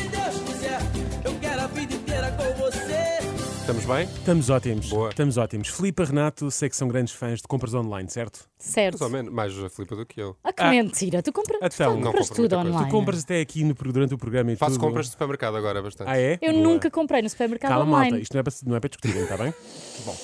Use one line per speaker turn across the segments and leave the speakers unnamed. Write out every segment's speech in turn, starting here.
Deus quiser, eu quero a vida inteira com você.
Estamos bem?
Estamos ótimos.
Boa.
Estamos ótimos. Filipe Renato, sei que são grandes fãs de compras online, certo?
Mais
Certo.
ou menos, mais a Filipe do que eu.
Ah, que
Ah.
mentira. Tu, compra, tu
Então, não
compras
compro
tudo
muita coisa.
online.
Tu compras até aqui no, durante o programa e
Faço
tudo.
compras de supermercado agora bastante.
Ah, é?
Eu nunca comprei no supermercado
Calma,
online.
malta, isto não é para, não é para discutirem, está bem? Bom.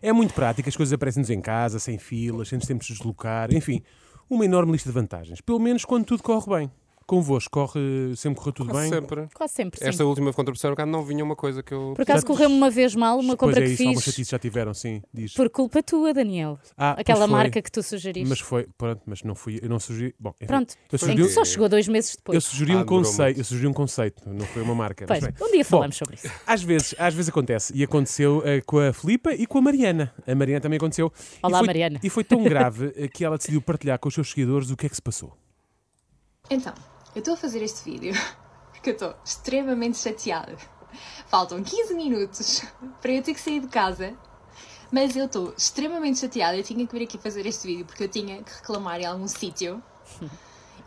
É muito prático, as coisas aparecem-nos em casa, sem filas, sem nos termos de deslocar, enfim, uma enorme lista de vantagens. Pelo menos quando tudo corre bem. Convosco, corre, sempre correu tudo
Quase
bem.
sempre.
Quase sempre, sim.
Esta última contra o supermercado não vinha uma coisa que eu.
Por acaso correu-me uma vez mal uma
Pois
compra
é
que
isso, algumas
fiz
chatices já tiveram, sim, diz.
por culpa tua, Daniel.
Ah,
Aquela
pois foi.
marca que tu sugeriste.
Mas foi, pronto, mas não fui, eu não sugeri. Bom, enfim,
Pronto,
eu
sim,
sugeri,
só chegou dois meses
eu
depois.
sugeri
Ah,
um
demorou
conceito,
muito.
eu sugeri um conceito, não foi uma marca. mas
Pois,
bem.
um dia
Bom,
falamos sobre isso.
Às vezes, às vezes acontece, e aconteceu eh, com a Filipa e com a Mariana. A Mariana também aconteceu. E
Olá,
foi-
Mariana.
E foi tão grave eh, que ela decidiu partilhar com os seus seguidores o que é que se passou.
Então, eu estou a fazer este vídeo porque eu estou extremamente chateada. Faltam 15 minutos para eu ter que sair de casa, mas eu estou extremamente chateada. Eu tinha que vir aqui fazer este vídeo porque eu tinha que reclamar em algum sítio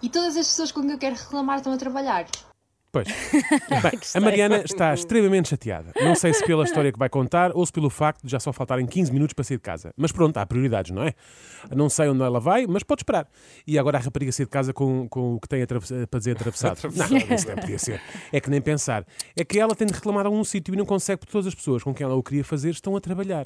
e todas as pessoas com quem eu quero reclamar estão a trabalhar.
Pois. Bem, a Mariana está extremamente chateada. Não sei se pela história que vai contar ou se pelo facto de já só faltarem 15 minutos para sair de casa. Mas pronto, há prioridades, não é? Não sei onde ela vai, mas pode esperar. E agora a rapariga sair de casa com, com o que tem atraves- para dizer atravessado. Não, isso não podia ser. É que nem pensar. É que ela tem de reclamar a um sítio e não consegue porque todas as pessoas com quem ela o queria fazer estão a trabalhar.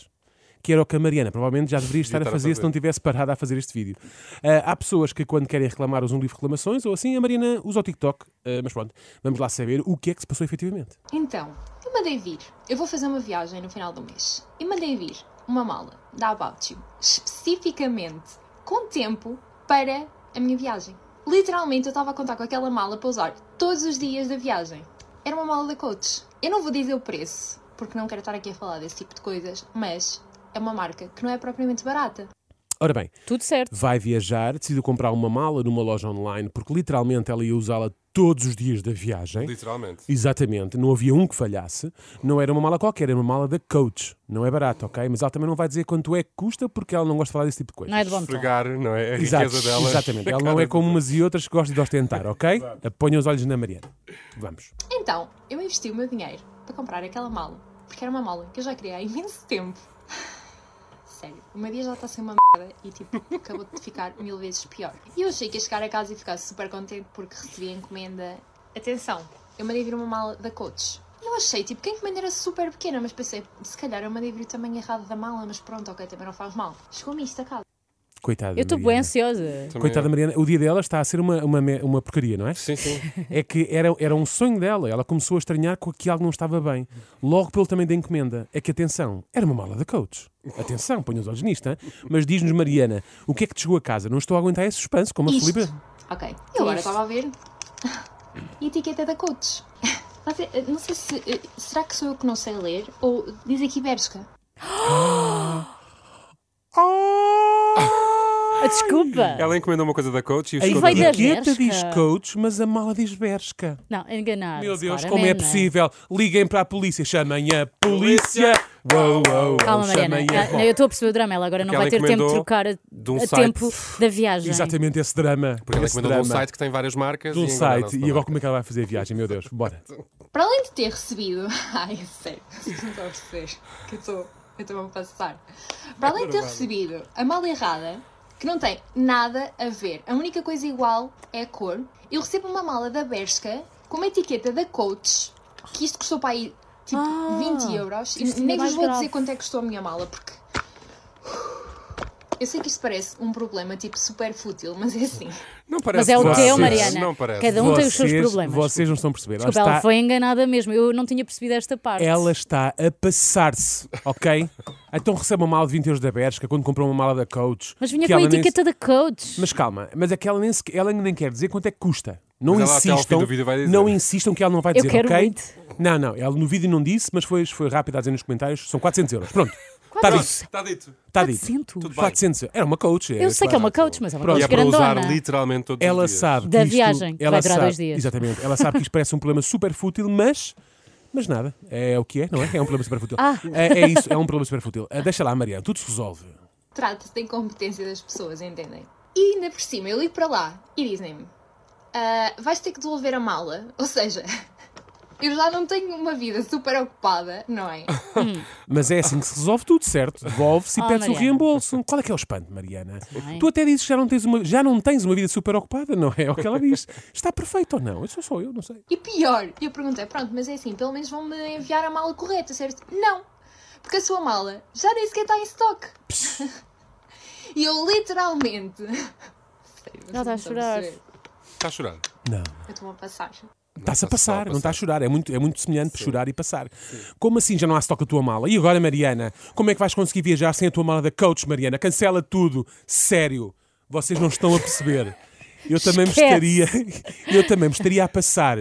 Que era o que a Mariana provavelmente já deveria estar a
estar a
fazer se
fazer.
não tivesse parado a fazer este vídeo. Ah, há pessoas que, quando querem reclamar, usam livro de reclamações ou assim. A Mariana usa o TikTok, ah, mas pronto, vamos lá saber o que é que se passou efetivamente.
Então, eu mandei vir. Eu vou fazer uma viagem no final do mês. E mandei vir uma mala da About You, especificamente com tempo para a minha viagem. Literalmente, eu estava a contar com aquela mala para usar todos os dias da viagem. Era uma mala da Coach. Eu não vou dizer o preço, porque não quero estar aqui a falar desse tipo de coisas, mas é uma marca que não é propriamente barata.
Ora bem,
Tudo certo.
vai viajar, decidiu comprar uma mala numa loja online porque literalmente ela ia usá-la todos os dias da viagem.
Literalmente.
Exatamente, não havia um que falhasse. Não era uma mala qualquer, era uma mala da Coach. Não é barato, ok? Mas ela também não vai dizer quanto é que custa porque ela não gosta de falar desse tipo de coisa.
Não é de bom tom.
Esfregar, não é? A
Exato,
riqueza dela.
Exatamente, ela não
Cara
é como umas e outras que gosta de ostentar, ok? Aponha os olhos na Mariana. Vamos.
Então, eu investi o meu dinheiro para comprar aquela mala, porque era uma mala que eu já queria há imenso tempo. Sério, o meu dia já está a ser uma merda e tipo, acabou de ficar mil vezes pior. E eu achei que ia chegar a casa e ficar super contente porque recebi a encomenda. Atenção, eu mandei vir uma mala da Coach. E Eu achei, tipo, que a encomenda era super pequena, mas pensei, se calhar eu mandei vir o tamanho errado da mala, mas pronto, ok, também não faz mal. Chegou-me isto a casa.
Coitada.
Eu estou
Mariana.
bem ansiosa.
também-
Coitada da Mariana, o dia dela está a ser uma, uma, me- uma porcaria, não é?
Sim, sim.
É que era, era um sonho dela. Ela começou a estranhar com que algo não estava bem. Logo pelo tamanho da encomenda. É que, atenção, era uma mala da coach. Atenção, ponha os olhos nisto, hein? Mas diz-nos, Mariana, o que é que te chegou a casa? Não estou a aguentar esse suspense, como a
Isto.
Filipe.
Ok. E agora
Isto.
estava a ver. E etiqueta da Coach. Mas, eh, Não sei se. eh, Será que sou eu que não sei ler? Ou diz aqui Bershka?
Ah, Desculpa.
É.
Ela encomendou uma coisa da coach e o
A
segundo
vai
da-
dar-
etiqueta
Bershka.
é diz coach, mas a mala diz Bershka.
Não, enganar.
Meu Deus, como
né?
é possível? Liguem para a polícia, chamem a polícia.
Polícia.
Uou, uou, uou.
Calma, Mariana.
chamem
Ah,
a... Bom,
não, eu estou a perceber o drama. Ela agora não
Porque
vai
ela
ter tempo de
encomendou
trocar a,
de um
a
site.
tempo da viagem.
Exatamente esse drama.
Porque ela
esse
encomendou de um
drama.
site que tem várias marcas.
De um
e
site.
enganaram-se
E
na
agora
marca.
como é que ela vai fazer a viagem? Meu Deus, bora.
Para além de ter recebido. Ai, é sério, vocês não estão a perceber que eu estou. Eu estou a passar. Para além de ter recebido a mala errada, que não tem nada a ver, a única coisa igual é a cor, eu recebo uma mala da Bershka com uma etiqueta da Coach, que isto custou para aí tipo
Ah,
20 euros. E
isto ainda é
nem
mais
vos vou
grave.
dizer quanto é que custou a minha mala, porque. Eu sei que isto parece um problema tipo super fútil, mas é assim.
Não
Mas
parece
é o
que
teu,
vocês-
Mariana.
Não parece.
Cada um tem os seus problemas.
Vocês não estão a perceber.
Desculpa,
ela,
ela
está,
foi enganada mesmo. Eu não tinha percebido esta parte.
ela está a passar-se, ok? então recebe uma mala de 20 euros da Bershka quando comprou uma mala da Coach.
Mas
que
vinha com a
ela nem se-
etiqueta da coach.
Mas calma, mas é que ela nem, se- ela nem quer dizer quanto é que custa. Não
Mas ela até ao fim
insistam,
do vídeo vai dizer.
não insistam que ela não vai
Eu
dizer,
quero
ok?
muito.
Não, não, ela no vídeo não disse, mas foi, foi rápida a dizer nos comentários, são 400 euros. Pronto, Está
Quase.
dito.
Está dito.
Está dito.
400.
Tudo bem.
400. Era uma coach. era
Eu sei que é uma
claramente.
coach, mas é uma
Pronto.
E
coach
é para usar
grandona.
literalmente todos
Ela
os dias.
sabe
Da
que isto-
viagem, que
ela
vai durar
sabe-
dois dias.
Exatamente. Ela sabe que isto parece um problema super fútil, mas. Mas nada. É o que é, não é? É um problema super fútil.
Ah.
É, é isso, é um problema super fútil. Ah, Deixa lá, Mariana, tudo se resolve.
Trata-se da incompetência das pessoas, entendem? E ainda por cima, eu ligo para lá e dizem-me: "Ah, vais ter que devolver a mala. Ou seja, eu já não tenho uma vida super ocupada, não é?
Mas é assim que se resolve tudo, certo? Devolve-se e
Oh,
pedes o
Mariana.
reembolso. Qual é que é o espanto, Mariana?
Ai.
Tu até dizes que já não, tens uma, já não tens uma vida super ocupada, não é? É o que ela diz. Está perfeito ou não? Isso sou só eu, não sei.
E pior, eu perguntei: pronto, mas é assim, pelo menos vão-me enviar a mala correta, certo? Não, porque a sua mala já nem sequer está em estoque. E eu literalmente.
Ela está a chorar.
Está a chorar.
Não.
Eu estou a passar.
Estás a
está só a
passar, não estás a
passar.
chorar. É muito, é muito semelhante chorar e passar. Como assim já não há estoque a tua mala? E agora, Mariana, como é que vais conseguir viajar sem a tua mala da coach, Mariana? Cancela tudo. Sério. Vocês não estão a perceber. Eu também me estaria,
Esquece.
eu também me estaria a passar.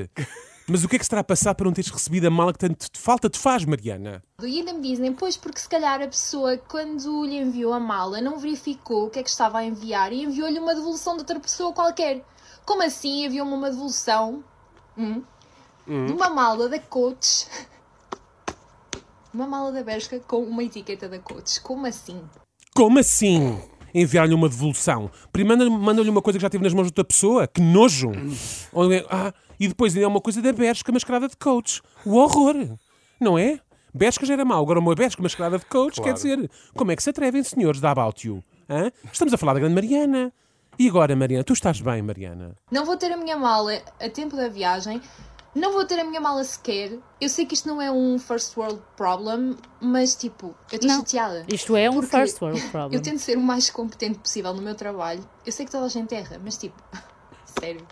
Mas o que é que será a passar para não teres recebido a mala que tanto te- falta te faz, Mariana?
E ainda me dizem, pois, porque se calhar a pessoa, quando lhe enviou a mala, não verificou o que é que estava a enviar e enviou-lhe uma devolução de outra pessoa qualquer. Como assim enviou-me uma devolução hum, de uma mala da Coach? Uma mala da Bershka com uma etiqueta da Coach. Como assim?
Como assim? Enviar-lhe uma devolução. Primeiro manda- manda-lhe uma coisa que já teve nas mãos de outra pessoa. Que nojo! Ou é- ah, e depois ainda é uma coisa da Bershka mascarada de coach. O horror! Não é? Bershka já era mau. Agora uma Bershka mascarada de coach. Quer
Claro.
dizer, como é que se atrevem, senhores da About You? Hã? Estamos a falar da grande Mariana. E agora, Mariana? Tu estás bem, Mariana?
Não vou ter a minha mala a tempo da viagem. Não vou ter a minha mala sequer. Eu sei que isto não é um first world problem, mas tipo, eu estou
Não.
chateada.
Isto é um
Porque
first world problem.
Eu tento ser o mais competente possível no meu trabalho. Eu sei que toda a gente erra, mas tipo, sério.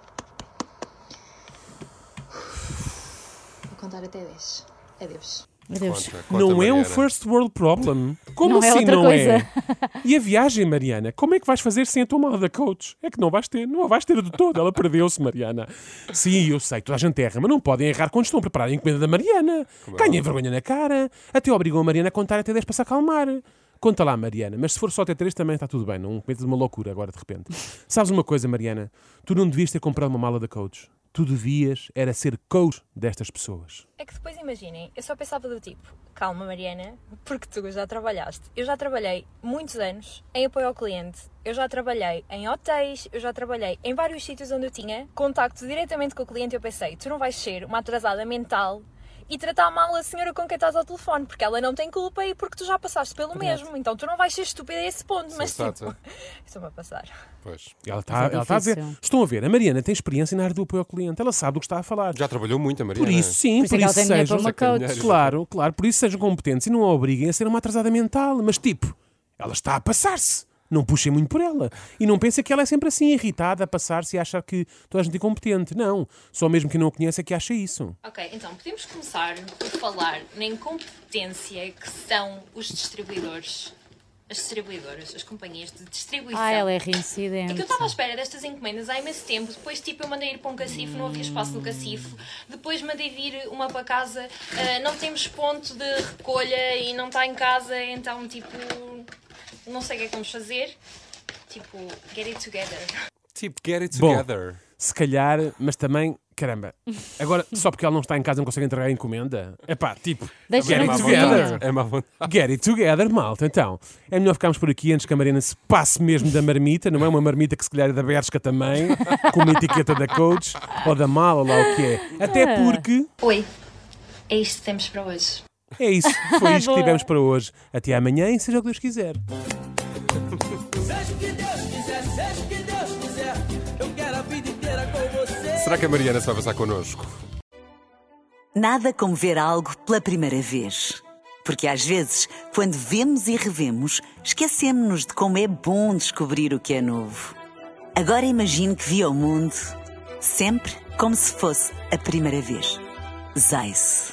Vou contar até 10. Adeus.
Meu Deus.
Conta, conta,
Não é um
Mariana.
first world problem. Como
Não é
assim
outra
não é?
coisa.
E a viagem, Mariana? Como é que vais fazer sem a tua mala da coach? É que não vais ter, não a vais ter de todo. Ela perdeu-se, Mariana. Sim, eu sei, toda a gente erra, mas não podem errar quando estão a preparar a encomenda da Mariana.
é
Ganhem vergonha na cara. Até obrigam a Mariana a contar até 10 para se acalmar. Conta lá, Mariana, mas se for só até 3 também está tudo bem, não cometas uma loucura agora de repente. Sabes uma coisa, Mariana? Tu não devias ter comprado uma mala da coach. Tu devias era ser coach destas pessoas.
É que depois imaginem, eu só pensava do tipo, calma Mariana, porque tu já trabalhaste. Eu já trabalhei muitos anos em apoio ao cliente, eu já trabalhei em hotéis, eu já trabalhei em vários sítios onde eu tinha contacto diretamente com o cliente. Eu pensei, tu não vais ser uma atrasada mental e tratar mal a senhora com quem estás ao telefone, porque ela não tem culpa e porque tu já passaste pelo mesmo, então tu não vais ser estúpida a esse ponto, mas tipo,
Sensata.
estou-me a passar.
Pois.
Ela está
é
ela tá a dizer.
difícil.
Estão a ver, a Mariana tem experiência na área do apoio ao cliente, ela sabe do que está a falar.
Já trabalhou muito a Mariana.
Por isso, sim,
Por isso
por
é que ela
isso
tem dinheiro para
sejam.
uma coach.
Claro, claro, por isso sejam competentes e não a obriguem a ser uma atrasada mental. Mas tipo, ela está a passar-se. Não puxem muito por ela. E não pensem que ela é sempre assim, irritada, a passar-se e a achar que toda a gente é incompetente. Não. Só mesmo quem não a conhece é que acha isso.
Ok, então podemos começar por falar na incompetência que são os distribuidores, as distribuidoras, as companhias de distribuição.
Ah, ela é
É que
reincidente.
eu estava à espera destas encomendas há imenso tempo. Depois, tipo, eu mandei ir para um cacifo, não havia espaço no cacifo. Depois mandei vir uma para casa, ah, não temos ponto de recolha e não está em casa, então, tipo, não sei o que é que vamos fazer. Tipo, get it together.
Tipo, get it
Bom.
together.
Se calhar, mas também, caramba. Agora, só porque ela não está em casa não consegue entregar a encomenda? É pá, tipo.
Deixa
get
na
it
cozinha.
together.
É má vontade.
Get it together, malta. Então, é melhor ficarmos por aqui antes que a Mariana se passe mesmo da marmita. Não é uma marmita que se calhar é da Bershka também, com uma etiqueta da coach ou da mala, lá o que é. Até porque
Oi, é isto que temos para hoje.
é isso. Foi isto que
Boa.
tivemos para hoje. Até amanhã e seja o que Deus quiser.
Seja o que Deus quiser, seja o que Deus quiser, eu quero a vida inteira com você.
Será que a Mariana se vai passar connosco?
Nada como ver algo pela primeira vez. Porque às vezes, quando vemos e revemos, esquecemos-nos de como é bom descobrir o que é novo. Agora imagine que viu o mundo sempre como se fosse a primeira vez. Zais.